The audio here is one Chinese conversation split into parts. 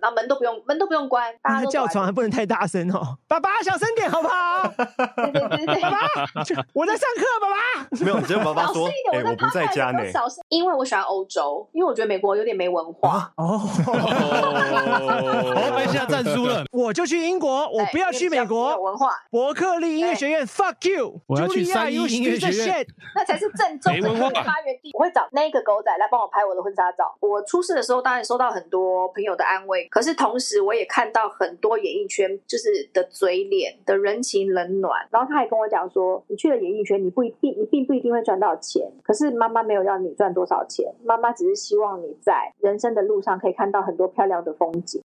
然后门都不用门都不用关，大家那都啊叫床还不能太大声哦，爸爸小声点好不好？对对对 对爸。爸， 就我在上课，爸爸。 没有，只有爸爸小说声一：“点，哎、我我不趴在下家来呢的时候。小声，因为我喜欢欧洲，因为我觉得美国有点没文化。啊，哦，哦，被啊下战书了。我就去英国，我对不要去美哎因为比较没有国。文化，伯克利音乐学院，fuck you！我要去 Julia，三一 you 音乐 piece of 学院 shit。那才是正宗没的文化发源地。我会找那个狗仔来帮我拍我的婚纱照。我出事的时候，当然收到很多朋友的安慰，可是同时我也看到很多演艺圈就是的嘴脸的人情冷暖。然后他还跟我讲说，你去了演艺圈，你不一定，你并不一定会赚到钱，可是妈妈没有让你赚多少钱，妈妈只是希望你在人生的路上可以看到很多漂亮的风景。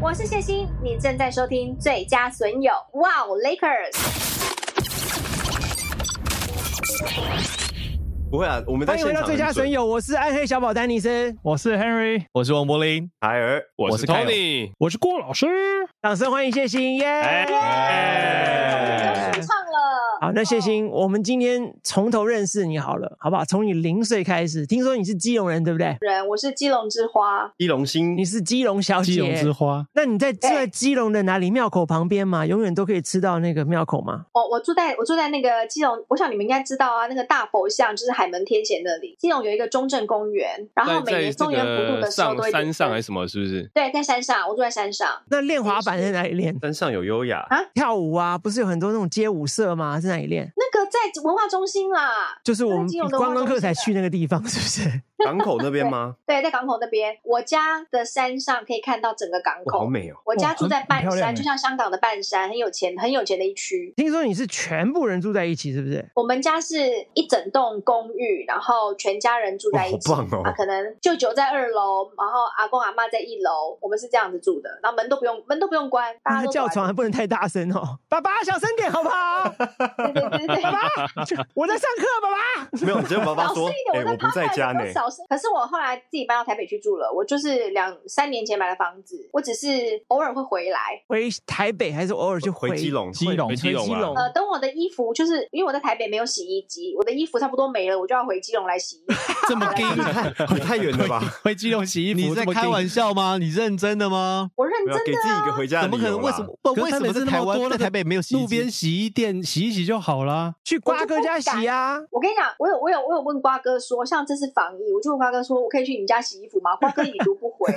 我是谢欣，你正在收听最佳损友。哇、wow, l a k e r s 不会啊，我们在欢迎现回场到最佳损友友，我是暗黑小宝丹尼斯，我是 Henry，我是王柏林，海尔，我是凯尔 Tony，我是郭老师。掌声欢迎谢欣哎耶！都哎说唱了。好，那谢欣，我们今天从头认识你好了，好不好？从你零岁开始，听说你是基隆人，对不对？人，我是基隆之花，一龙星你，是基隆哦小姐，基隆之花，那你在住在基隆的哪里？庙口旁边嘛，永远都可以吃到那个庙口嘛。哦我我住在我住在那个基隆，我想你们应该知道啊，那个大佛像就是海门天险那里。基隆有一个中正公园，然后每在在年这中原普渡个的时候上都会山上还是是什么？是不是？对，在山上，我住在山上。那练滑板在哪里练？山上有优雅，跳舞啊，不是有很多那种街舞社吗？在哪里练？那个在文化中心啦，就是我们在基隆的观光文化中客心才去那个地方，是不是？ 港口那边吗？对，在港口那边，我家的山上可以看到整个港哇，好口。美哦！我家哇住在很半很漂亮山，欸就像香港的半山，很有钱，很有钱的一区。听说你是全部人住在一起，是不是？我们家是一整栋公寓，然后全家人住在一起，哇好棒哦啊，可能舅舅在二楼，然后阿公阿妈在一楼，我们是这样子住的，然后门都不用门都不用关，大家那都啊叫床还不能太大声哦，爸爸小声点好 不好？对对对 对对爸。爸，就我在上课，爸爸。没有，只有爸爸小声说一：“哎、点，我我不趴在下家来呢的。时候小声。可是我后来自己搬到台北去住了，我就是两三年前买的房子，我只是偶尔会回来。回台北还是偶尔就回基隆基隆回基隆啊基隆呃，等我的衣服，就是因为我在台北没有洗衣机，我的衣服差不多没了，我就要回基隆来洗衣服。这么硬，你 太远了吧？啊回基隆洗衣服？你在开玩笑？笑吗？你认真的吗？我认没真有，的给自己一个回家的怎么理可由啊啦能？为 什么？不，可为是台什北么在是那台么多湾在那个台北没有洗衣路边机洗衣店洗一洗就好啦。去瓜哥家洗啊。我跟你讲，我有我有我有问瓜哥说，像这次防疫，我就问瓜哥说，我可以去你家洗衣服吗？瓜哥已读不回。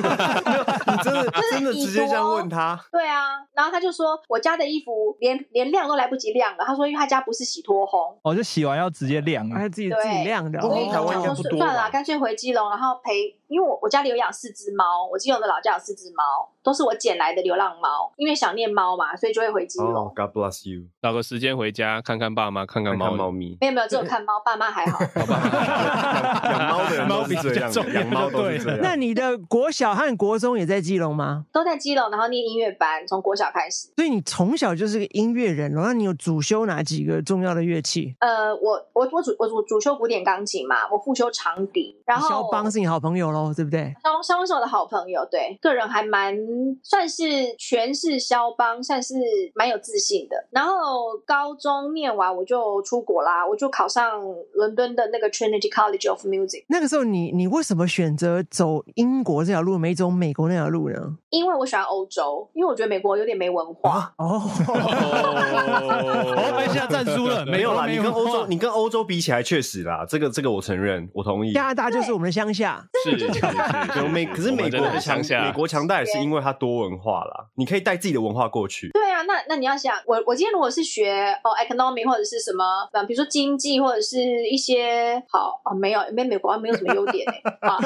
你真的真的直接这样问他？对啊，然后他就说我家的衣服连连晾都来不及晾了。他说因为他家不是洗脱烘，哦，就洗完要直接晾哎还。是自己对自己晾的哦，所以台他湾应想该说不多吧算了，干脆回基隆，然后陪，因为我我家里有养四只猫，我基隆的老家有四只猫，都是我捡来的流浪猫，因为想念猫嘛，所以就会回基隆。哦、g o d bless you，找个时间回家看看爸妈，看看看看猫。猫咪，没有没有，只有看猫，爸妈还 好。好吧，养猫的人都是这猫比较样重的，要养猫都是这那样。你的国小和国中也在基隆吗？都在基隆，然后念音乐班，从国小开始。所以你从小就是个音乐人咯，那你有主修哪几个重要的乐器？呃，我我我主我主主修古典钢琴嘛，我副修长笛，然后肖邦是你好朋友喽，对不对？肖邦肖邦是我的好朋友，对，个人还蛮算是诠释肖邦，算是蛮有自信的。然后高中念完我就出国啦，我就考上伦敦的那个 Trinity College of Music，那个时候你你为什么选择走英国这条路，没走美国那条路呢？因为我喜欢欧洲，因为我觉得美国有点没文化。啊，哦，哦，被啊下战 书了。没有啦，你美跟国欧洲，没有你跟欧洲比起来，确实啦，这个这个我承认，我同意。啊加拿大就是我们的乡下， 是 是是是有美，可是美国的的强乡，下美，国强大也是因为它多文化啦，你可以带自己的文化过去。对啊，那那你要想，我我今天如果是学哦 economy 或者是什么，呃，比如说经济或者是一些好哦，没有，没美国没有什么优点哎、 啊，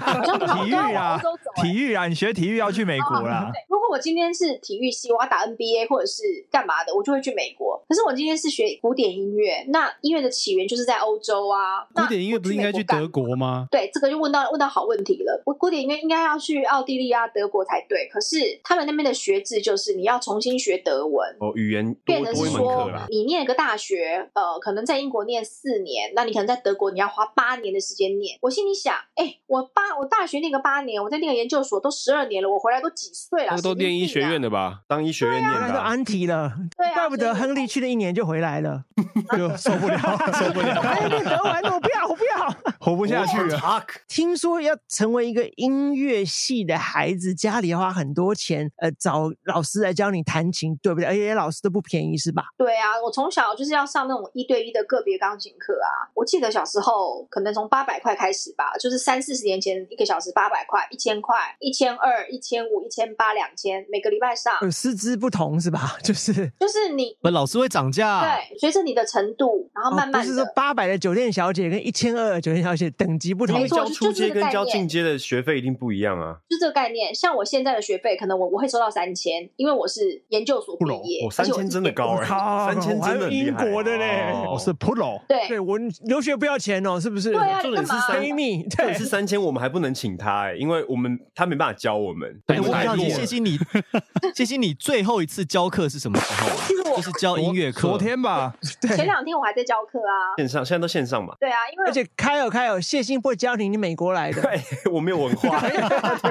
好像体育啊欧洲走欸体育啊，你学体育要去美国啦。对如果我今天是体育系，我要打 NBA 或者是干嘛的，我就会去美国。可是我今天是学古典音乐，那音乐的起源就是在欧洲啊。那古典音乐不是应该我去美德干嘛国吗？对，这个就问到问到好问题了。我古典音乐应该要去奥地利啊、德国才对，可是他们那边的学制就是你要重新学德文，哦，语言变多成多是一门课说啦，，你念个大学，呃，可能在英国念四年，那你可能在德国你要花八年的时间念。我心里想，哎、我八我大学念个八年，我再念个研研究所都十二年了，我回来都几岁了？那都神经念医病学啊院的吧？当医学院念原来的都啊、安提了，对啊怪不得所以亨利去了一年就回来了。 就受不了，受不了，哎，那 德文，我不要，我不要。活不下去了。听说要成为一个音乐系的孩子，家里要花很多钱，呃，找老师来教你弹琴，对不对？而且老师都不便宜，是吧？对啊，我从小就是要上那种一对一的个别钢琴课啊。我记得小时候可能从八百块开始吧，就是三四十年前一个小时八百块、一千块、一千二、一千五、一千八、两千，每个礼拜上，有呃师资不同，是吧？ 就是。就是你不，老师会涨价。，对随着你的程度，然后慢哦、慢不是的。说八百的酒店小姐跟一千二的酒店小姐等级不因同没为错教就初就阶这个跟概教念进阶的学费一定不一样啊！就这个概念，像我现在的学费，可能我我会收到三千，因为我是研究所毕不容业，哦，三而且我千是真的研究高我哎、靠三千我还真的很厉害。英国的嘞哦我是 pro，对对我留学不要钱哦，是不是？对啊，重你干点是嘛？三闺蜜，特对别是三千，我们还不能请他哎、因为我们他没办法教我们。哎，我想啊你谢欣，你谢欣，你最后一次教课是什么时 候啊？其实就是教音乐课。昨 天吧，我前两天我还在教课啊，，线上现在都线上嘛对啊，因为而且开尔开尔，哦谢欣不会教你，你美国来 的，我没有文化，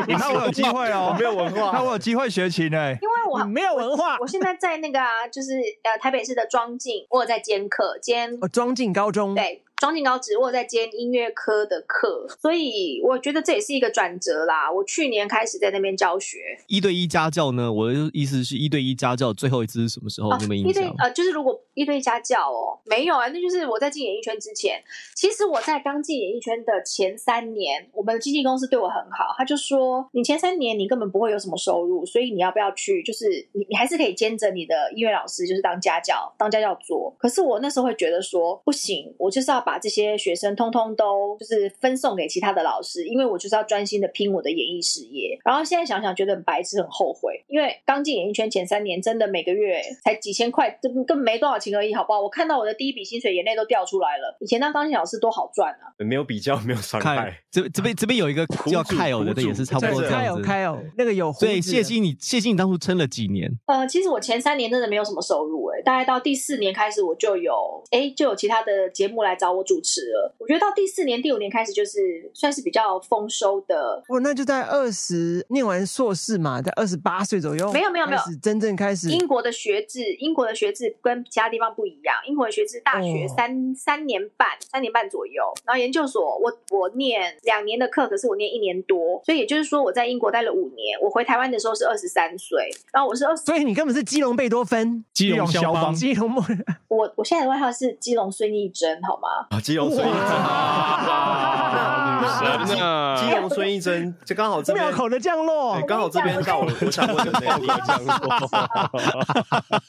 那我有机会我哦没，有文那化。我有机会学琴哎。因为我你没有文化我。现在在那个啊，就是呃台北市的庄敬，我有在兼课，兼我哦装进高中，对庄敬高职，我有在兼音乐科的课，所以我觉得这也是一个转折啦。我去年开始在那边教学，一对一家教呢？我的意思是一对一家教最后一次是什么时候？啊你有没有一印对象？呃，就是如果一对一家教哦，没有啊，那就是我在进演艺圈之前。其实我在刚进演艺圈的前三年，我们的经纪公司对我很好，他就说你前三年你根本不会有什么收入，所以你要不要去？就是你你还是可以兼着你的音乐老师，就是当家教，当家教做。可是我那时候会觉得说不行，我就是要把这些学生通通都就是分送给其他的老师，因为我就是要专心的拼我的演艺事业。然后现在想想觉得很白痴，很后悔，因为刚进演艺圈前三年，真的每个月才几千块，根根本没多少钱而已，好不好？我看到我的第一笔薪水，眼泪都掉出来了。以前当钢琴老师多好赚啊！没有比较，没有伤看害。这这边这边有一个苦叫主凯友的，苦那主也是差不多对这开样尔子。开尔那个有胡所以子谢的欣，你谢欣，你当初撑了几年？呃，其实我前三年真的没有什么收入、欸，大概到第四年开始我就有，哎、就有其他的节目来找我主持了。我觉得到第四年、第五年开始，就是算是比较丰收的。哦，那就在二十念完硕士嘛，在二十八岁左右，没有没有没有，真正开始。英国的学制，英国的学制跟其他地方不一样。英国的学制大学哦三、三年半，三年半左右，然后研究所我我念两年的课，可是我念一年多，所以也就是说我在英国待了五年。我回台湾的时候是二十三岁，然后我是二十，所以你根本是基隆贝多芬，基隆肖邦基隆莫，我我现在的外号是基隆孙艺珍，好吗？啊，基隆孙艺哇女神珍，啊！基隆孙艺珍，这刚好这边庙口的降落对，，哎刚好这边到了我想问的那个。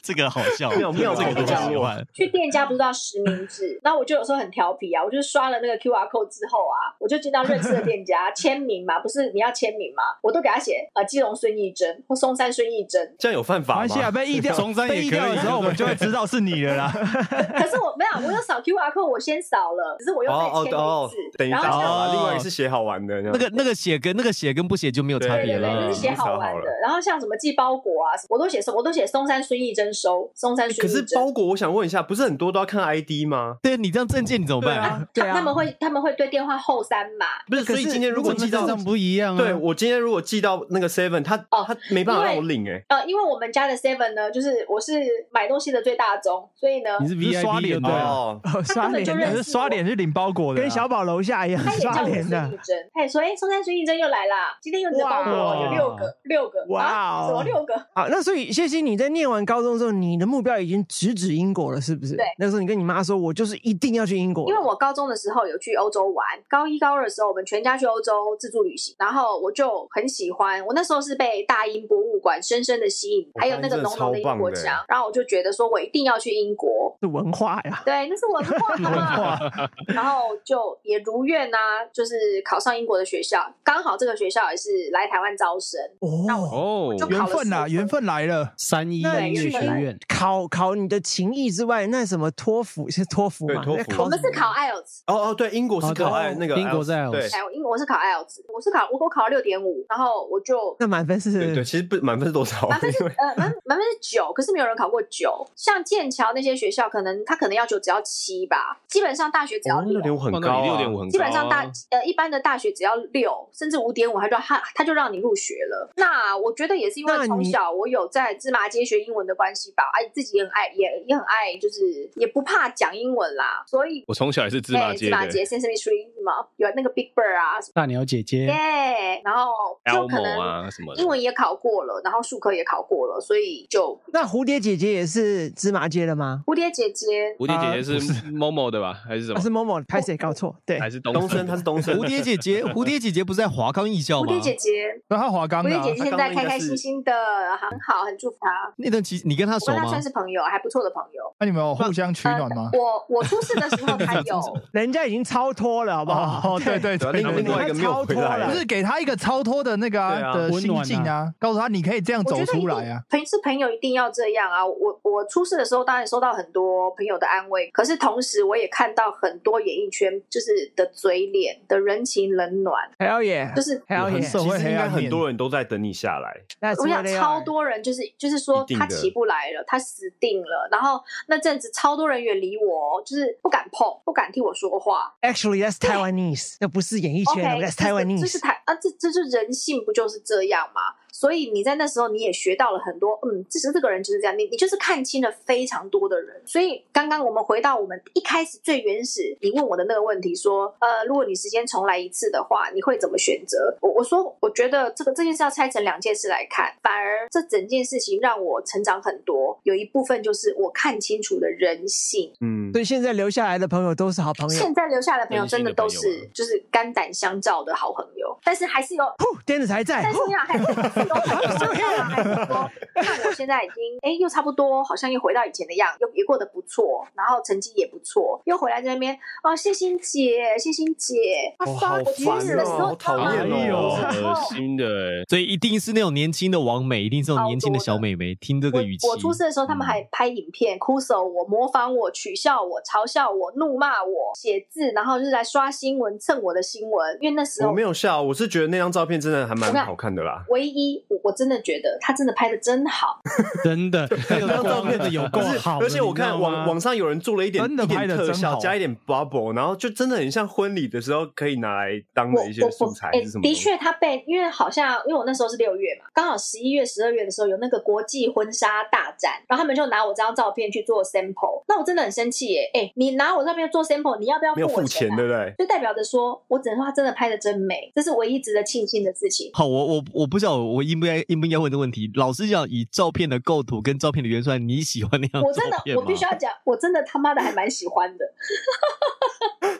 这个好笑，妙妙这这个个我我喜喜欢欢。去店家不是都要实名制，那我就有时候很调皮啊，我就是刷了那个 Q R code 之后啊，我就进到认识的店 家签名嘛，不是你要签名嘛，我都给他写呃基隆孙艺珍或松山孙艺珍，这样有犯法马来西亚啊吗？被 疫掉，松山也被疫掉可以的时候，我们就会知道是 你的啦。可是我没有，我有扫 Q R code，我先扫了，只是我又再哦签名哦哦一次，，等一然下后哦像。啊，另外一个是写好玩的那那个那个写跟那个写跟不写就没有差对别对对，了就是。写好玩好了的。然后像什么寄包裹啊，我都写什我都写松山孙艺珍收，松山孙可艺是珍。包裹，我想问一下，不是很多都要看 ID 吗？对啊你这样证件你怎么办？对他啊他们会他们会对电话后三码，不是，所以今天如果寄到，不一啊样对我今天如果寄到那个 Seven，他哦他没办法让我领哎。呃，因为我们家的 Seven 呢，就是我是买东西的最大宗，所以呢，你是你是刷 VIP 脸就的对了，哦，哦刷根本脸就你认的识，是刷脸去领包裹的啊，跟小宝楼下一样他也叫刷我脸孙的艺，珍，哎，所以松山孙艺珍又来啦。今天又你的包裹哇有六个，六个，哇啊哦什么六个？好，那所以谢欣，你在念完高中之后，你的目标已经直指英国了，是不是？对那时候你跟你妈说，我就是一定要去英国，因为我高中的时候有去欧洲玩，高一高二的时候我们全家去欧洲自助旅行，然后我就很喜欢，我那时候是被大英博物馆深深的吸引，哇还有那个浓浓的英国真的超棒腔，然后我就觉得说我一定要去英国，是文化 呀。对，那是文化嘛。啊然后就也如愿呐、就是考上英国的学校，刚好这个学校也是来台湾招生，哦，哦，就啊缘分呐，缘分来了。三一那音你乐去学院，考考你的情谊之外，那什么托福是托福对嘛？托那福考我们什是么考 IELTS，哦哦，对，英国是哦对考爱那个 IELTS，英国是 IELTS 对哎，英国是考 IELTS，我是考我我考了六点五，然后我哦就那满分对对，是其实不满分是多少啊？满分是因为呃满满分是九，可是没有人考过九。像剑桥那些学校，可能他可能要求只要七吧，基本上大学只要六点五很哇高哦那啊，你六点五很高啊，基本上大呃一般的大学只要六甚至五点五，他就他他就让你入学了。那我觉得也是因那为你从小我有在芝麻街学英文的关系吧，哎、自己也很爱也也很爱，就是也不怕讲英文啦，所以我从小也是芝麻哎街芝麻的街 Sesame Street 什么有那个 Big Bird 啊什大鸟姐姐么，耶，然后就可 Elmo 能啊什么的英。文也考过了，然后数科也考过了，所以就那蝴蝶姐姐也是芝麻街的吗？蝴蝶姐姐蝴蝶姐啊姐不是 Momo 的吧？还是什啊，是么？某某，拍谁搞错？对，还是东东升他是东升 蝴，蝶 姐姐，蝴蝶姐姐不是在华冈艺校蝴吗？蝶姐姐。那他华冈蝴的蝶啊姐姐现她刚在刚应开该开是心心的，很好，很祝福她。那段期你跟她我熟跟她吗算？是朋友，还不错的朋友。那你们有互相取暖吗？我我出事的时候，他有人家已经超脱了，好不好？ 哦，对对对啊对，另对另外一个没有超回脱来了不是给他一个超脱的那个对啊啊的温心暖境啊，告诉他你可以这样我走觉得一出来定啊。朋是朋友一定要这样啊！我我出事的时候，当然收到很多朋友的安慰，可是同时我也看到很多演艺圈就是的嘴脸的人情冷暖，还要演就，是还要演，社其会实黑应该暗面很多人都在等你下来，我想超多人就是就是说一定的他起不来了，他死定了。然后那阵子超多人远离我哦，就是不敢碰，不敢替我说话。 Actually, that's Taiwanese，那不是演艺 OK，圈的，that's 这是 Taiwanese。台啊，这这就是人性，不就是这样吗？所以你在那时候你也学到了很多，嗯，其实这个人就是这样，你你就是看清了非常多的人。所以刚刚我们回到我们一开始最原始你问我的那个问题，说，呃，如果你时间重来一次的话，你会怎么选择？我我说，我觉得这个这件事要拆成两件事来看，反而这整件事情让我成长很多，有一部分就是我看清楚了人性。嗯，所以现在留下来的朋友都是好朋友现。在留下来的朋友真的都真心的朋是友啊就是肝胆相照的好朋友，但是还是有噗，电子还在但。 是呀，还是有很哦多还是说，那我现在已经哎，又差不多，好像又回到以前的样，又也过得不错，然后成绩也不错，又回来这边哦，谢欣姐，谢欣姐，啊哦发好我烦生日的时哦候好讨厌当然哦哦有时候恶心的 欸，所以一定是那种年轻的王美，一定是那种年轻的小美眉。听这个语气，我我出事的时候，嗯他们还拍影片、哭手我、模仿我、取笑我、嘲笑我、怒骂我、写字，然后就是来刷新闻、蹭我的新闻，因为那时我候没有笑，我是觉得那张照片真的还蛮我看好看的啦。唯一我我真的觉得他真的拍的真好，真 的，那那张照片真的有够不是好的，而且我看你知道吗网网上有人做了一点真的一点拍得特真效，好加一点 bubble，然后就真的很像婚礼的时候可以拿来当我的一些素材我还我是什哦么东哎的西。确，他啊被因为好像因为我那时候是六月嘛，刚好十一月、十二月的时候有那个国际婚纱大展，然后他们就拿我这张照片去做 sample，那我真的很生气耶！哎、你拿我照片做 sample，你要不要没有付我付钱，啊对不对？就代表着说我只能说他真的拍的真美，这是唯一值得庆幸的事情。好，我我我不知道我应不应该应不应该问这个问题。老实讲，以照片的构图跟照片的元帅，你喜欢那样我真的，我必须要讲，我真的他妈的还蛮喜欢的。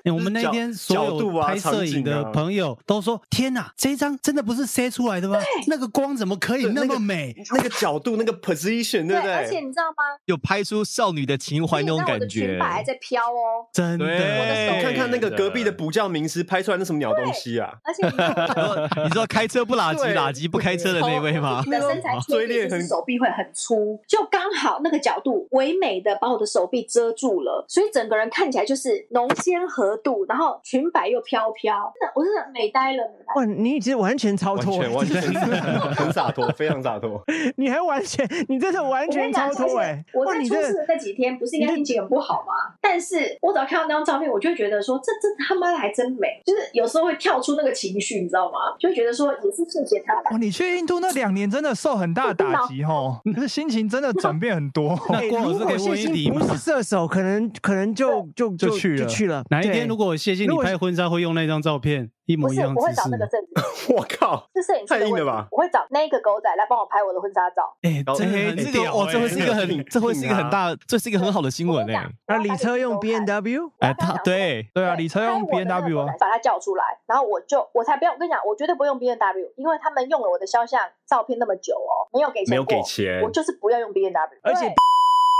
欸我们那一天所角度有啊拍摄影的朋友都说：“天哪，这张真的不是塞出来的吗？那个光怎么可以对那那么个美？”那个角度，那个 position，对不而且对？你知道吗？有拍出少女的情怀你那知种道我感的裙觉摆。还在飘哦，真的，对我的手你看看那个隔壁的补教名师拍出来那什么鸟东西啊！而且你知道 我的 你知道开车不拉鸡，对拉鸡不开车的那位 吗？我的哦身哦材缺点就是手臂会很粗，就刚好那个角度唯美的把我的手臂遮住了，所以整个人看起来就是浓鲜合度，然后裙摆又飘飘，真的我真的美呆了，美呆了。哇，你已经完全超完脱全了完，全 很洒脱，非常洒脱。 你还完全，你真的完我跟全你讲，超其实脱哎！我哇，在你出这事的那几天，不是应该你这心情很不好吗？但是我只要看到那张照片，我就会觉得说，这这他妈的还真美，就是有时候会跳出那个情绪，你知道吗？就会觉得说，也是谢谢他吧。嗯哇，你去印度那两年真的受很大打击 哦，可是心情真的转变很多哦。那哎郭老如师可果以谢问一欣题不吗是？射手，可能可能就就就去就了去了。哪一对天如果谢谢你如果拍婚纱会用那张照片，一不模一是，样我会姿找那个势？摄影师， 我靠！是摄影师太的硬问了题吧我会找那个狗仔来帮我拍我的婚纱照。哎，搞这哎个这很个屌哦，这会是一个哎这个很这会是一个很大，这是一个很好的新我闻跟你哎讲。，那我要李把车这用个狗 B 仔 N W，哎，我刚他想对对啊，李车用 B N W 啊，啊把他叫出来，然后我就我才不要，我跟你讲，我绝对不用 B N W，因为他们用了我的肖像照片那么久哦，没有给钱过，没有给钱我就是不要用 B N W，而且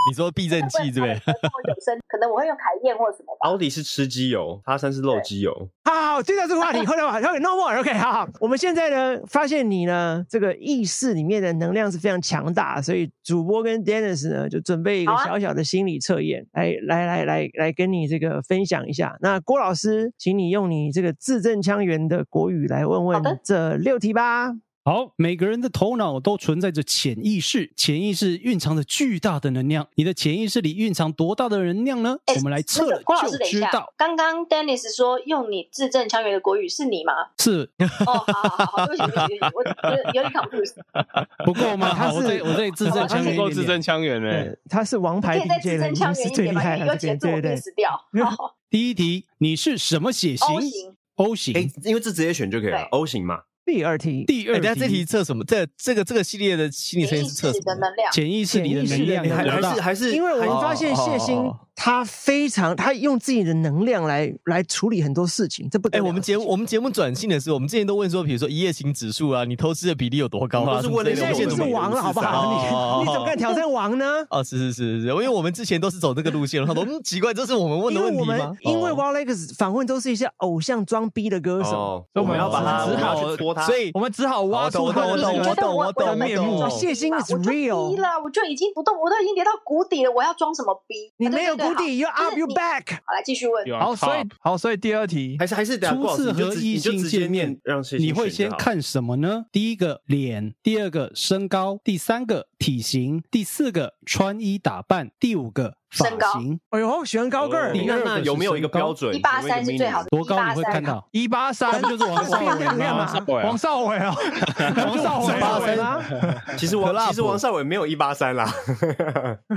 你说避震器对不对？有声，可能我会用凯宴或什么吧。奥迪是吃鸡油，他山是漏鸡油。好好，好，接掉这个话题，后来话，OK，no more，OK，、好好。我们现在呢，发现你呢，这个意识里面的能量是非常强大，所以主播跟 Dennis 呢，就准备一个好啊小小的心理测验，来来来来来跟你这个分享一下。那郭老师，请你用你这个字正腔圆的国语来问问好的这六题吧。好，每个人的头脑都存在着潜意识，潜意识蕴藏着巨大的能量。你的潜意识里蕴藏多大的能量呢？哎我们来测那了个啊郭老就师，等一知下道，。刚刚 Dennis 说用你字正腔圆的国语是你吗？是哦，好好好好，对不起对不起，对不起我有有点 confused。不 够吗？他好，是我再我再字正腔不圆够一字点正点。腔圆欸嘞。呃，他是王可牌以底再界字了，正已经腔是圆一最点厉吗？害你了，有这节边奏对我对被对。死掉。哦第一题，你是什么血型 O 型？O 型。哎，因为这直接选就可以了对，O 型嘛。第二题，第哎，二等下这题题，测什么？这这个这个系列的心理测潜验意是测识什的么的？能量。潜意识里的能量潜意识的能还有量多还是大？还是，因为我还们是发现谢欣他非常，他用自己的能量来来处理很多事情，这不得哎，了我们节目我们节目转性的时候，我们之前都问说，比如说一夜情指数啊，你偷吃的比例有多高我啊？们都是问了你一现在些已我经们是王了，好不好？哦你你怎么敢挑战王呢？哦，是是是是，因为我们之前都是走那个路线，然后嗯，奇怪，这是我们问因的为问我题们吗？因为哦 Wild Legs 访问都是一些偶像装逼的歌手，哦，所以我我们们要把他，只我们好要去戳他。所以 我们只好挖出他的我懂那我个觉得我我懂有我懂在装我懂逼谢欣吧 is 我就 real 低了，我就已经不动，我都已经跌到谷底了，我要装什么逼？你啊没有对对谷对底，you 好 up 就是 you 你 back。好，来继续问。 You are 好，所以 top 好，所以第二题还是还是啊等下郭初老师次你就和直异你就性直接见念面，让谢欣你会选先就好看什么呢？第一个脸，第二个身高，第三个体型，第四个穿衣打扮，第五个发身高型。哎呦，喜欢高个儿哦，那那有没有一个标准？一八三是最好的，多高183你会看到？一八三就是王这少伟样干吗？嘛？对啊王少伟 啊，王少伟啊，对吗？其实可王辣其实谱王少伟没有一八三啦，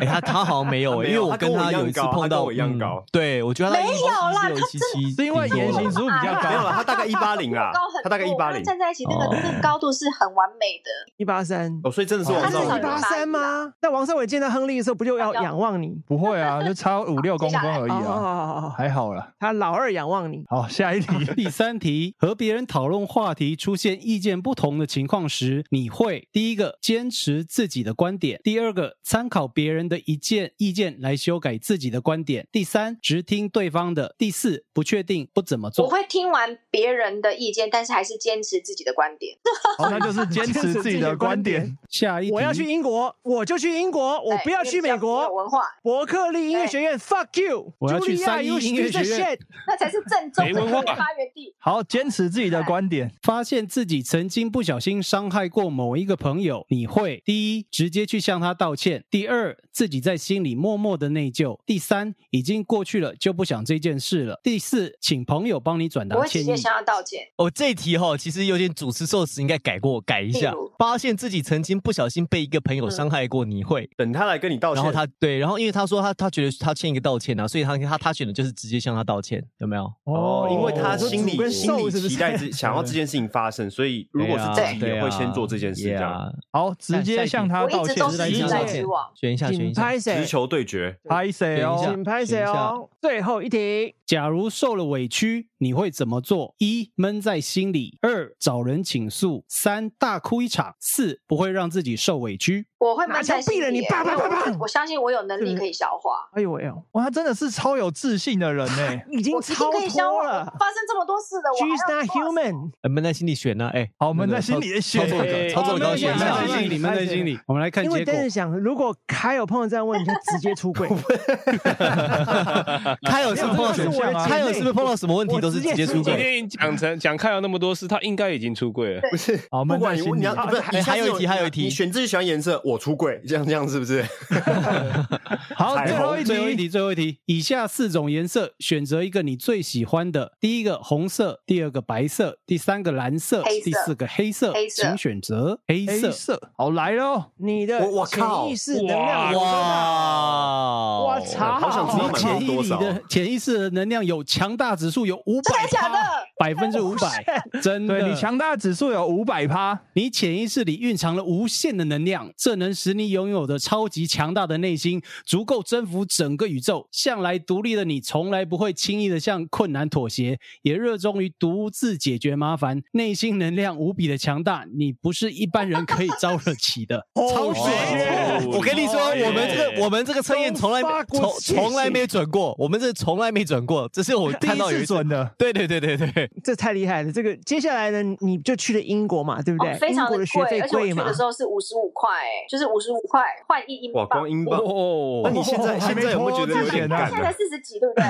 哎、他他好像没有，没有因为我跟他跟我一样有一次高他碰跟到，我一样嗯高对我觉得他没有啦一他七七，是因为言行指数比较没有高啦，。他大概一八零啦我高很多，他大概一八零我。站在一起，那个哦那个高度是很完美的。一八三，哦，所以真的是他王是少至少一有八伟。三吗？那王少伟见到亨利的时候，不就要仰望你？不会啊，就差五六公分而已哦哦啊，哦哦哦，还好啦。他老二仰望你。好，下一题。 第三题，和别人讨论话题出现意见不同的情况时，你会第一个坚持自己的观点，第二个参考别人的一件意见来修改自己的观点，第三只听对方的，第四不确定不怎么我做。会听完别人的意见，但是还是坚持自己的观点。好，那就是坚持自己的观点。下一题，我要去英国，我就去英国，我哎不要去对美因为比较有国。文化，伯克利音乐学哎院，fuck you！我要去 Julia，三一 you 音乐 stupid 学院 shit 那才是正宗没的文化发源地。好，坚持自己的观点。发现自己曾经不小心伤害过某一个朋友，你会第一直接去向他道歉，第二自己在心里默默的内疚，第三已经过去了就不想这件事了，第四请朋友帮你转我达会直歉接意。向他道歉。哦，这一题哈、其实有点主持寿司应该改过，改一下例如。发现自己曾经不小心被一个朋友伤害过，你会，等他来跟你道然后歉，他对，然后因为他说他他觉得他欠一个道歉啊，所以他他他选的就是直接向他道歉，有没有？哦，因为他说心主里跟心受里是不是期待这想要这件事情发生，所以如果是自己对啊也会先做这件事，这样。好，直接向他我道一直歉。都直是接直向他道来歉直往。选一下，选请一下拍。直谁？球对决，拍谁选一哦下？请拍谁哦？最后一题，假如受了委屈，你会怎么做？一闷在心里，二找人倾诉，三大哭一场，四不会让自己受委屈。我会蛮拿枪在心毙了里你耶爸爸因为我爸爸我相信我有能力可以消化。哎呦喂哦，哇，他真的是超有自信的人 呢。已我经已经超可以消脱化了。发生这么多事了，我 She's 还要 not 做 human。呃闷在心里选呢、哎、好，我们那在个心操里操作者，选。操作者哎选一闷下在。心里，闷在心里。我们来看因结为果 Dennis。想，如果凯尔碰到这样的问题，他直接出轨。啊他有是不是碰到什没有这个是我的姐么？妹他有是不是碰到什么问我题都是直接直接出出今轨？天讲成讲看了那么多次，他应该已经出柜了。不是？好，不闷在管你心你里要。不是，还你下次还有一有题还有一题你选自己喜欢颜色，我出柜，这样这样是不是？好，彩最后一虹题，最后一题，最后一题。以下四种颜色，选择一个你最喜欢的。第一个红色，第二个白色，第三个蓝色，黑色第四个黑色。黑色请选择黑黑色。色。好，来喽。你的我我潜靠哦意识能量有多大？哇！我操！好想知道你满潜足意多识少的潜意识的能量有强大指数有五百，真的假的？百分之五百，真的。对你强大指数有五百趴，你潜意识里蕴藏了无限的能量，这能使你拥有的超级强大的内心，足够征服整个宇宙。向来独立的你，从来不会轻易的向困难妥协，也热衷于独自解决麻烦，内心能量无比的强大，你不是一般人可以招惹起的。超水哦我跟你说，哦耶我们这个我们这个测验从来没发过从谢谢从来没准过，我们这从来没准过，这是我第看一到有次一次。准的，对对对对对，这太厉害了。这个接下来呢，你就去了英国嘛，对不对？哦，非英常国的的学费而且我去嘛的？时候是五十五块，哎，就是五十五块换一英 哇，镑。光英镑，哦那你现在哦还现没在有没有脱觉得有之点前呢赶现在啊？四十几，对 不对？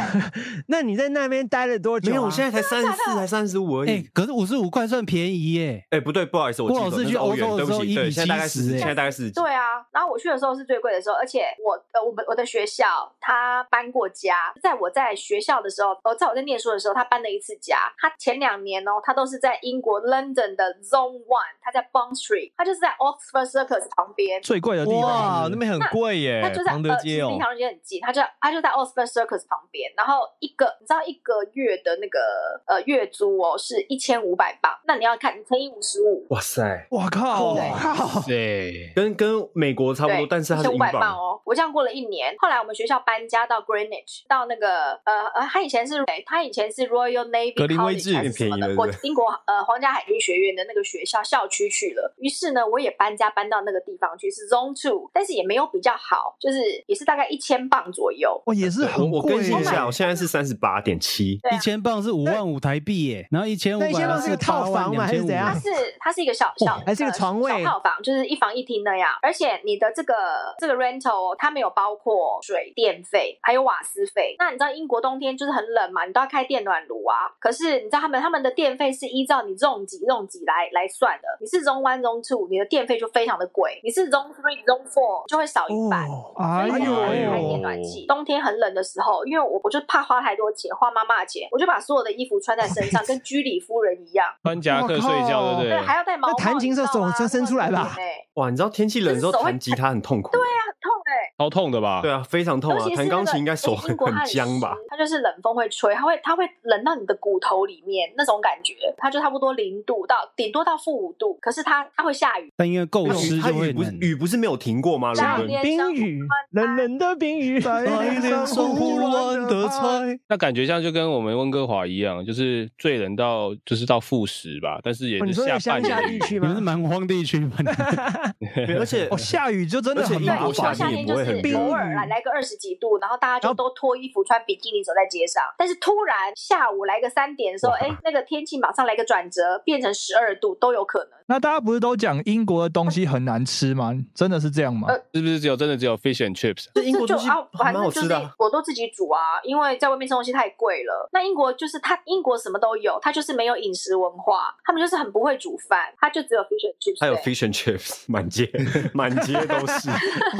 那你在那边待了多久、啊？没有，我现在才三十四，才三十五而哎、已。可是五十五块算便宜耶、哎，不对，不好意思，我郭记老错师那去是欧欧洲元，的对不时候起，1:70对，现在大概四哎现在大概四十几。对啊，然后我去的时候是最贵的时候，而且我呃，我们我的学校他搬过家，在我在学校的时候，呃，在我在念书的时候，他搬了一次家。他前两年哦，他都是在英国 London 的 Zone One，他在 Bond Street，他就是在 Oxford Circus 旁边。最贵的哇，那边很贵他耶就，在庞德呃，其街实哦离。唐人街很近，他就他就在 Oxford Circus 旁边，然后一个你知道一个月的那个呃月租哦是一千五百镑，那你要看你乘以五十五，哇塞，我靠，对靠，对，跟跟美国差不多对，，但是它是五英百磅镑。哦。我这样过了一年，后来我们学校搬家到 Greenwich，到那个呃呃，他以前是哎他以前是 Royal Navy 格林威 College 治还是什么变便宜了的，是国不是英国呃皇家海军学院的那个学校校区去了。于是呢，我也搬家搬到那个地方去，是 Zone Two，但是也没有比较好，就是也是大概一千磅左右。哇，也是我很我贵更新一耶。下，我现在是三十八点七。对啊一千磅是五万五台币耶、然后一千五那一千磅百是个套房吗还是怎样它是它是一个小小，哦还是一个呃床位小套房，就是一房一厅那样。而且你的这个这个 rental 哦它没有包括水电费，还有瓦斯费。那你知道英国冬天就是很冷嘛，你都要开电暖炉啊。可是你知道他们他们的电费是依照你用几用几来来算的。你是 zone one zone two，你的电费就非常的贵；你是 zone three zone four 就会少一半。哦，哎所以呦我哎就开呦电！暖气。冬天很冷的时候，因为我我就怕花太多钱，花妈妈的钱，我就把所有的衣服穿在身 上，跟居里夫人一样。穿夹克睡觉，对不对，还对？要戴毛那帽。弹琴你知的道手吗伸伸出来吧很痛欸哇，你知道天气冷的时候就是手会弹吉他很痛苦。对啊，很痛哎、超痛的吧？对啊，非常痛尤啊其。是弹那钢个琴应该手因为很英国它很僵吧？湿它就是冷风会吹，它会它会冷到你的骨头里面那种感觉，它就差不多零度到顶多到负五度，可是它它会下雨，但因为够它湿雨它就会雨不是冷。雨不是没有停过吗？下伦雨天敦冰雨，冷冷的冰雨，在啊爱。 菜，那感觉像就跟我们温哥华一样，就是最冷到就是到负十吧，但是也哦你是说在下乡半年下的地雨。区你们是吗？蛮荒地区吗？对而且哦，下雨就真的而且很英麻国对，夏夏烦。天天也不就会很是热嗯偶尔来来个二十几度，然后大家然后就都脱衣服穿比基尼走在街上。但是突然下午来个三点的时候，哎，那个天气马上来个转折，变成十二度都有可能。那大家不是都讲英国的东西很难吃吗？真的是这样吗？呃是不是只有真的只有 fish and chips？这英国就东西啊，还反蛮正好就吃是的啊。我都自己煮啊，因为在外面吃东西太贵了。那英国就是它，英国什么都有，它就是没有饮食文化，他们就是很不会煮饭，它就只有 fish and chips。还有对 fish and chips，满 街满街都是，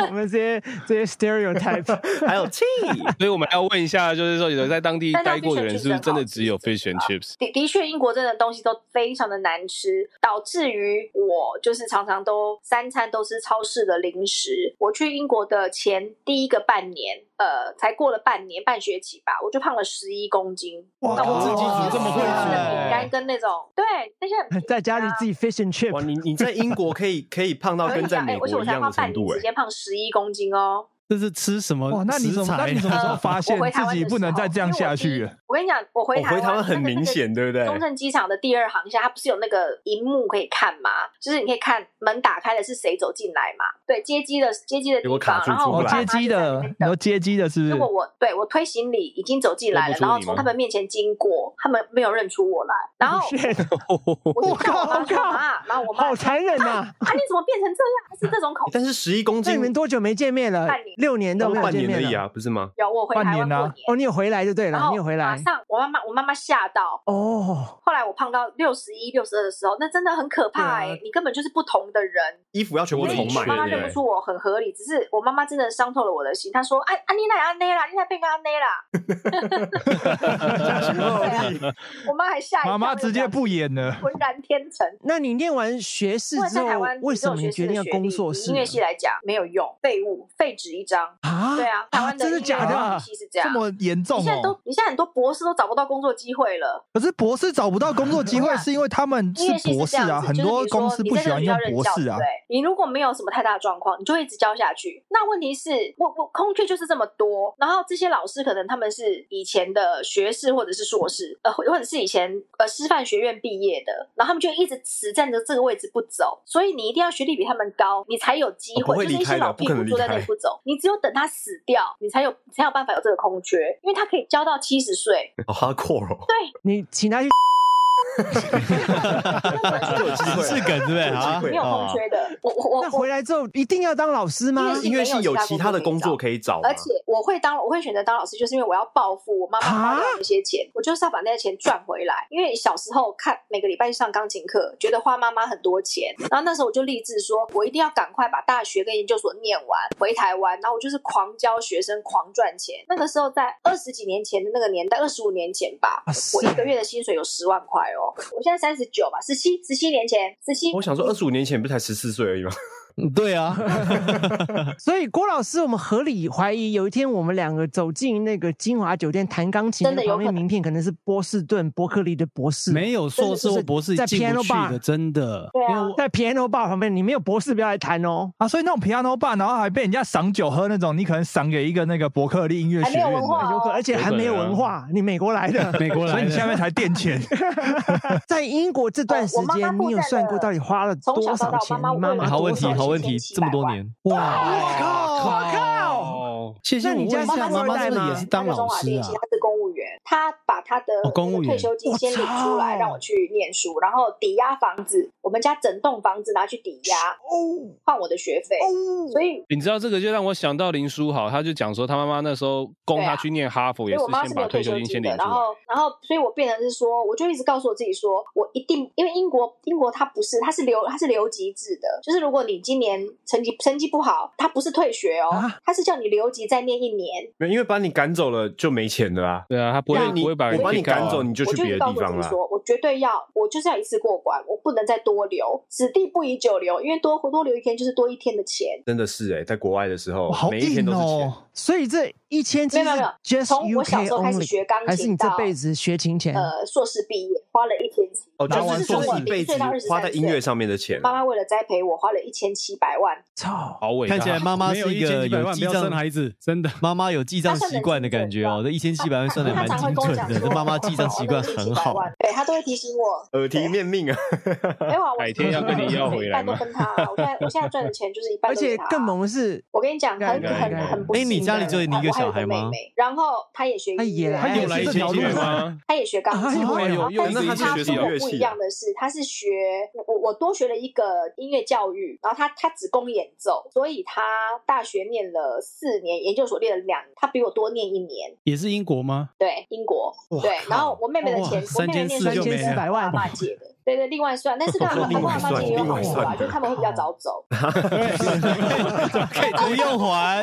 我们这些这 些 stereotype，还有 tea。所以我们要问一下，就是说有在当地待过的人，是不是真的只有 fish and chips？的的确，英国真的东西都非常的难吃，导致于我就是常常都三餐都吃超市的零食。我去英国的前第一个半年，呃，才过了半年半学期吧，我就胖了十一公斤。哇那我自己煮这么会吃的煮饼干跟那种对那些很便宜在家里啊自己 fish and 哇， chip，你你在英国可以可以胖到可以跟在啊，哎、美而国且我一才样花的半程年度时哎、间胖十一公斤哦。呃这是吃什么哦哇，那你食怎么？那材你什 么时候发现我回台自湾己的不时能候再这样下去因为我了第？我跟你讲，我回我台湾、哦回台湾很明显，对不对？中正机场的第二航厦，它不是有那个荧幕可以看吗？就是你可以看门打开了是谁走进来嘛？对，接机的接机的结地果卡方，住然后出我哦不，来爸接妈机就在那的，边你说等。接机的是不是如果？我对我推行李已经走进来认了，不出然后你从吗他们面前经过，他们没有认出我来，然 后我就叫我妈说我靠妈，然后哦我妈 Oh，好残忍 呐！啊你怎么变成这样？还是这种 口气？但是十一公那斤你，们多久没见面了？六年他都没们有半见年而面已了。啊，不是吗？有我回台湾过半年啊哦，你有回来就对然了，后你有回马来。上我妈妈，我妈妈吓到。哦，后来我胖到六十一、六十二的时候，那真的很可怕哎、对啊你根本就是不同的人。衣服要全部所以重我买，妈妈对认不不出我很合理，只是我妈妈真的伤透了我的心。她说：“哎，安妮娜安内啦，你才变个安内啦。对啊”我妈还吓一跳，妈妈直接不演了。浑然天成。那你念完学士因为之在后台湾，，为什么你你只决有定要学士的学历工作以室音呢？乐系来讲没有用，废物，废纸一张。啊？对啊，台湾真的音乐假的体系是这这样。么严重你现在哦都！，你现在很多博士都找不到工作机会了。可是博士找不到工作机会，是因为他们音乐是系博是士这样啊，子很就是多比如说公司你不在喜这个欢学用校任博教士对不啊对。你如果没有什么太大的状况，你就会一直教下去。那问题是，我我空缺就是这么多，然后这些老师可能他们是以前的学士或者是硕士，呃，或或者是以前呃师范学院毕业的，然后他们就一直死站着这个位置不走。所以你一定要学历比他们高，你才有机哦不会。会就是一离开些的老不屁可股能离坐在那里开不走，你只有等他死掉，你才有你才有办法有这个空缺，因为他可以教到七十岁。好 hardcore 哦，你请他去就有机会是梗对不对啊？对没有空哦缺的。我我那我我回，来之后一定要当老师吗？音乐系有其他的工作可以找吗而？且我会当我会选择当老师，就是因为我要报复我妈妈花掉那些钱，我就是要把那些钱赚回来。因为小时候看每个礼拜去上钢琴课，觉得花妈妈很多钱，然后那时候我就励志说，我一定要赶快把大学跟研究所念完，回台湾，然后我就是狂教学生，狂赚钱。那个时候在二十几年前的那个年代，二十五年前吧，啊哇塞我一个月的薪水有十万块哦。我现在三十九吧，十七十七年前，十七我想说，二十五年前不是才十四岁而已吗？嗯对啊， 所以郭老师，我们合理怀疑，有一天我们两个走进那个金华酒店弹钢琴，真的那旁有边可能名片可能是波士顿伯克利的博士，没有硕士或博士在进不 piano 去 bar 的，真的。对啊因为我在 piano bar 旁边，你没有博士不要来弹哦。啊，所以那种 piano bar，然后还被人家赏酒喝那种，你可能赏给一个那个伯克利音乐还学没有院文的，化、有可哦，而且还没有文化，你美国来的，啊 美国所以来你下的，面才垫钱。 在英国这段时哦我妈间，妈你有算过到底花了从多小到少大钱？我妈你妈妈为妈了好问题，多少好问题， 1700这么多年，哇！我靠！我靠！哦，谢谢那你我家问一下，是妈富二妈代是不是吗也是当他在中老华师电啊信？他是公务员，他把他的哦公务员退休金我先领出操来，让我去念书，然后抵押房子，我们家整栋房子拿去抵押哦换我的学费，哦，所以。你知道这个就让我想到林书豪，他就讲说他妈妈那时候供对他啊去念哈佛，所也以是我妈先没把有退退休休金先金领的，出然来。后，然后，所以我变成是说，我就一直告诉我自己说，我一定，因为英国，英国它不是，它是留，它是留级制的，就是如果你今年成绩成绩不好，它不是退学哦，它是叫你留级再念一年， 没有，因为把你赶走了就没钱了啊。对啊，他不因为会你不会把人我把你 kick out 啊赶走，你就我去就别是的告地诉我自方己了。说，我绝对要，我就是要一次过关，我不能再多留，此地不宜久留，因为多多留一天就是多一天的钱。真的是哎，在国外的时候哇，好每一天硬都是钱。哦！所以这一千七是没有没有没 just 从我 UK 小时候开始学 only，钢琴还是你这到辈子学琴前？呃，硕士毕业花了一天钱，哦，拿就完是硕就是士一辈子岁到23花在音乐上面的钱妈妈为了栽培我花了一千七百万，操！好伟大，看起来妈妈没有是一个千几百有万不记要账生孩子，真的。妈妈有记账习惯的感觉哦，这一千七百万算的她蛮常会精跟我准讲的，说，这妈妈记账习惯很好。哦，对，她都会提醒我，耳提面命啊！对 没有啊，我改天要跟你要回来一半都吗分他啊，我现在我现在赚的钱就是一半而都给且她啊，更猛的是，我跟你讲，很应该应很该很不哎幸的。哦你家里只有你一个我还小孩吗妹妹，然后她也学她音也乐，她他有来一这千条几路百万吗？他也学钢琴，哎呦然后哎呦但那是他是他学跟什我么乐不器一的样的是，他是学我我我多学了一个音乐教育，然后他他只供演奏，所以他大学念了四年，研究所念了两，他比我多念一年。也是英国吗？对，英国对，然后我妹妹的哇钱，我三妹妹千念四书就其实没是了我爸妈借的，对对，另外算，但是他们他另爸外妈算借也有另好外处算啊，就是他们会比较早走。哎可以不用 还，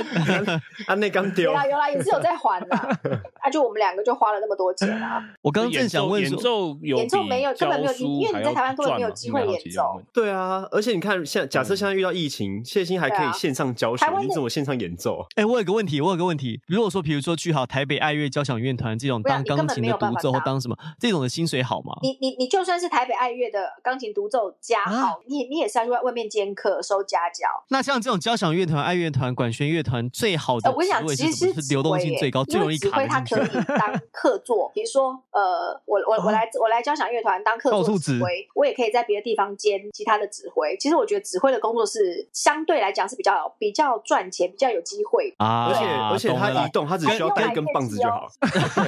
啊，那刚有丢，啦有啦，也是有在还啦， 啊，就我们两个就花了那么多钱啊，我刚刚正想问演说，奏有演奏比没有根本没有教书因为还你要在台湾根本没有赚嘛机会应该好演奇奏这样问对啊，而且你看，像假设现在遇到疫情，谢欣还可对以啊线上教学台，湾的你怎么线上演奏？啊哎，我有个问题，我有个问题，如果说比如说去好台北爱乐交响乐团这种不然当你根本钢琴的独奏没有办法或当当什么这种的薪水好吗？你你你就算是台北爱乐的钢琴独奏家啊好，你你也是要去外面兼课收家教。那像这种交响乐团、爱乐团、管弦乐团，最好的呃，我跟你职讲，位其是实什么？是是流动性最高、最因容为易指卡挥得他可进以去。当客座，比如说呃，我我哦我来我来交响乐团当客到处座指指挥，我也可以在别的地方兼其他的指挥。其实我觉得指挥的工作是相对来讲是比较比较赚钱、比较有机会的。啊而且而且懂了它啦移动，它只需要带一根棒子哦就好。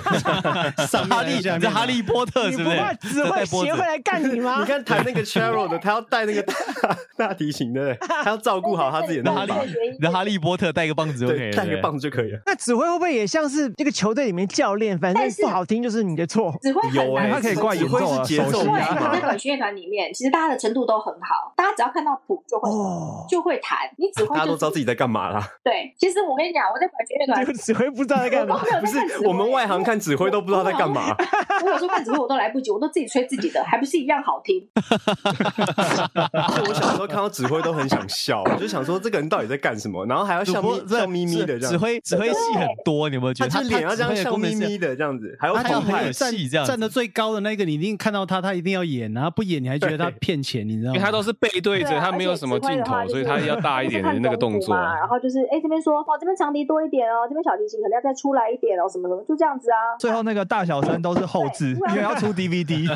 上哈利，你下面这哈利波特你 是不不是怕？只在会带波协子会来干你吗 你？看弹那个 cello 的，他要带 那个大大提琴的，他要照顾好他自己的那那哈个利棒，你的哈利波特带个棒子就可以对，了，带个对不对。棒子就可以了。那指挥会不会也像是这个球队里面教练？反正但是不好听就是你的 错。指挥很有难哎，他可以指怪指演挥挥奏啊是节手奏势对，压啊在嘛。 管弦乐团里面，其实大家的程度都很好，大家只要看到谱就会。哦，就会弹，你指挥大家都就知道自己在干嘛啦，对，其实我跟你讲，我在管弦乐这团个，指挥不知道在干啊我 嘛都。没有在不看指是挥我们外行看指挥都不知道在干嘛。我有时候看指挥我都来不及，我都自己吹自己的，还不是一样样好听。我小时候看到指挥都很想笑，我就想说这个人到底在干什么，然后还要主笑播眯笑眯眯的这指样，挥指挥戏很多，你有没有觉他得就是脸要这样指挥的笑功能眯是眯的这样子，还要他就澎很湃有。站戏这样子站的最高的那个，你一定看到他，他一定要演啊，不演你还觉得他对骗钱，你知道吗？因为 他都是背对着，对啊他没有什么镜头，而且所指挥的话就以他是要大一点的那个动作就是看中鼓嘛啊。然后就是哎这边说哦这边长笛多一点哦，这边小提琴可能要再出来一点哦，什么什么就这样子啊。最后那个大小声都是后置，对因为要出 DVD。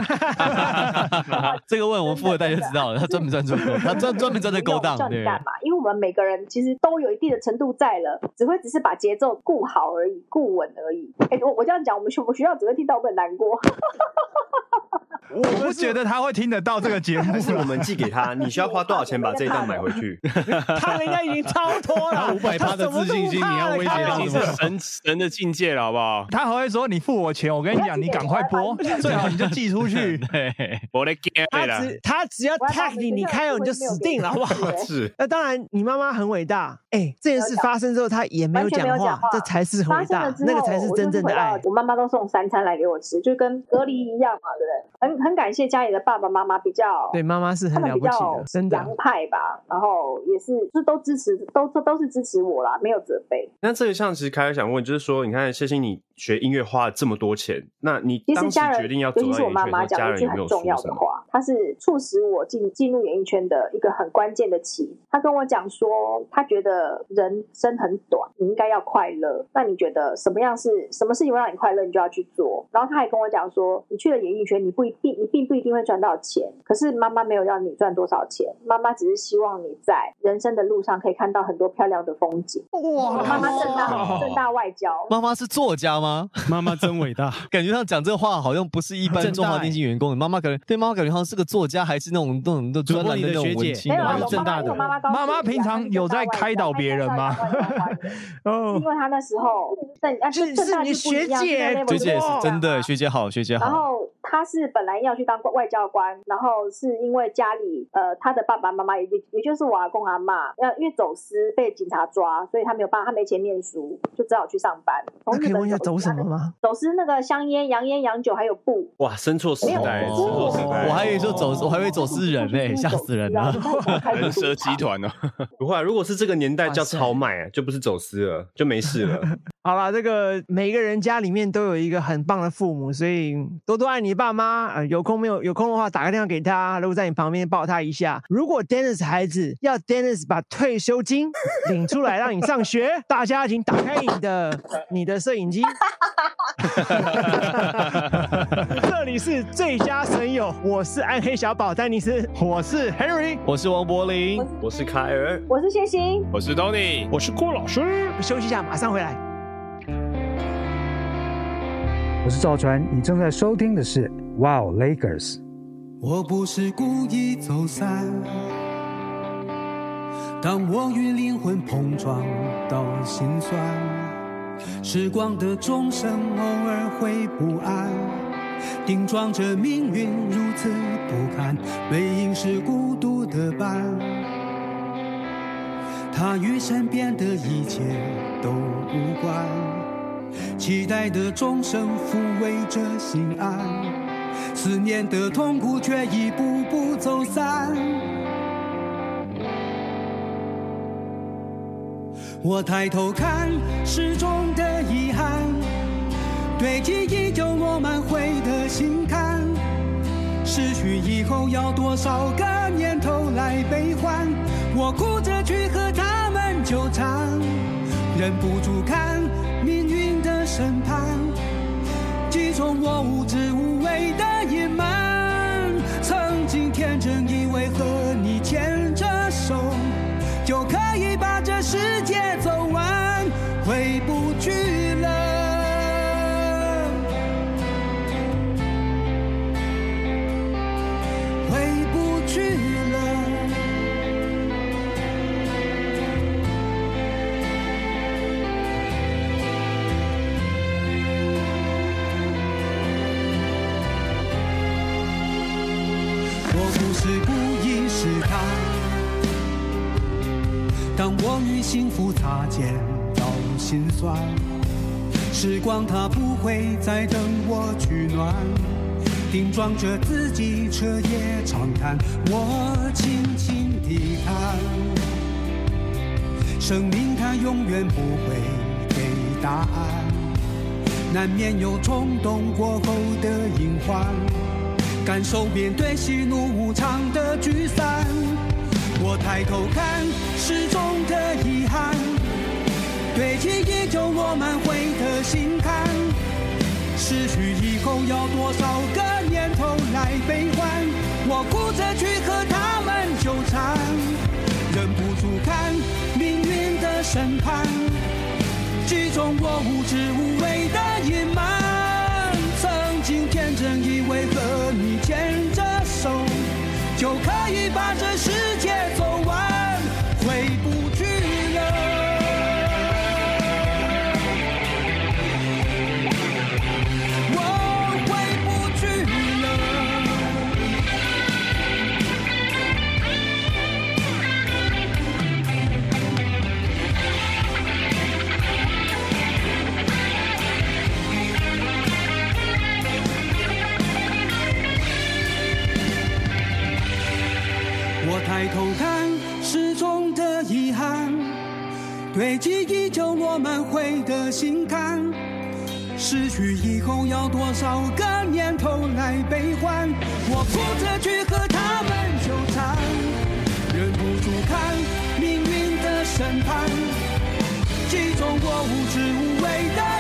这个问我们富二代就知道了，他专门专门勾，他专专门专门勾当，叫对 你干嘛？因为我们每个人其实都有一定的程度在了，只会只是把节奏顾好而已，顾稳而已。哎，我我这样讲，我们学我们学校只会听到我们很难过。我不觉得他会听得到这个节目还是我啦，们寄给他，你需要花多少钱把这一段买回 去？他人家已经超脱了，五百他趴的什么自都信心，不怕你要了威胁开到玩什已经笑么？是啊神 神的境界了，好不好？他还会说你付我钱，我跟你讲，你赶快播，最好你就寄出去。 对，我的 g 他了，只他只要我要把 tag 你，你开哦你就死定了，好 不好？是那当然，你妈妈很伟大。哎、这件事发生之后，她也没有完全没有话讲，话这才 是很发伟生了大之，后，那个才是真正的我爱就回到。我妈妈都送三餐来给我吃，就跟隔离一样嘛，对不对？很很感谢家里的爸爸妈妈比较对，妈妈是他很们了比不起较的，真的。洋派吧，然后也是就都支持，都都都是支持我啦，没有责备。那这个像其实开始想问，就是说，你看谢欣，你学音乐花了这么多钱，那你其实当时家人，决定要走尤到其演艺是我圈妈的时妈候，家讲一人句有没很有重说要什的么？话，她是促使我进进入演艺圈的一个很关键的期。她跟我讲说，她觉得人生很短，你应该要快乐。那你觉得什么样是什么事情会让你快乐，你就要去做。然后她还跟我讲说，你去了演艺圈，你不一定你并不一定会赚到钱，可是妈妈没有要你赚多少钱，妈妈只是希望你在人生的路上可以看到很多漂亮的风景。哇妈妈正大正大外交，妈妈是作家吗？妈妈真伟大， 欸感觉上讲这话好像不是一般中华电信员工。妈妈感觉对妈妈感觉好像是个作家，还是那种那种那种专栏的那种文青没没有有啊啊，我我妈正妈大因的为我妈妈高妈妈职平啊常她有正大在外开交导她别正人大吗外交外交哦因，为她那时候，正啊，是就正是大你就不一样学姐正大那学姐不一样是真的，啊学姐好，学姐然好。后他是本来要去当外交官，然后是因为家里呃他的爸爸妈妈也就也就是我阿公阿妈，呃因为走私被警察抓，所以他没有办法，他没钱念书，就只好去上班。从那日可以本问一下走私什他么的？吗？走私那个香烟、洋烟、洋酒还有布，哇，生错时代，没生有啊错时代。我还以为说走，我还以为走私人嘞，吓死人了。人蛇集团哦呢？不会啊，如果是这个年代叫哇塞超卖啊，就不是走私了，就没事了。好啦，这个每个人家里面都有一个很棒的父母，所以多多爱你爸妈。呃，有空没有有空的话，打个电话给他，如果在你旁边抱他一下。如果 Dennis 孩子要 Dennis 把退休金领出来让你上学， 大家请打开你的你的摄影机。 这里是最佳神友，我是暗黑小宝丹尼斯。我是 Henry，我是王柏林，我是凯尔，我是谢欣，我是 Tony，我是郭老师，休息一下，马上回来。我是赵传，你正在收听的是 Wow Lakers。我不是故意走散，当我与灵魂碰撞到心酸，时光的钟声偶尔会不安，顶撞着命运如此不堪，背影是孤独的伴，它与身边的一切都无关，期待的钟声抚慰着心安。思念的痛苦却一步步走散。我抬头看时钟的遗憾，对记忆有我满怀的心坎。失去以后要多少个年头来悲欢？我哭着去和他们纠缠，忍不住看命运的审判。击中我无知无畏的野蛮。曾经天真以为和你牵着手，就可以把这世界走完，回不去了，回不去了。我不是故意试探，当我与幸福擦肩到心酸，时光它不会再等我取暖，定装着自己彻夜长谈，我轻轻地叹，生命它永远不会给答案，难免有冲动过后的隐患，感受面对喜怒无常的聚散。我抬头看，失踪的遗憾，对记忆有我满怀的心坎。失去以后要多少个年头来悲欢？我哭着去和他们纠缠，忍不住看命运的审判，剧中我无知无畏的隐瞒。曾经天真以为和你牵着手，就可以把这世界走完，回不去了。我回不去了。我抬头看，失踪的遗憾，堆积已久我满怀的心坎。失去以后要多少个年头来悲欢？我哭着去和他们纠缠，忍不住看命运的审判，其中我无知无畏的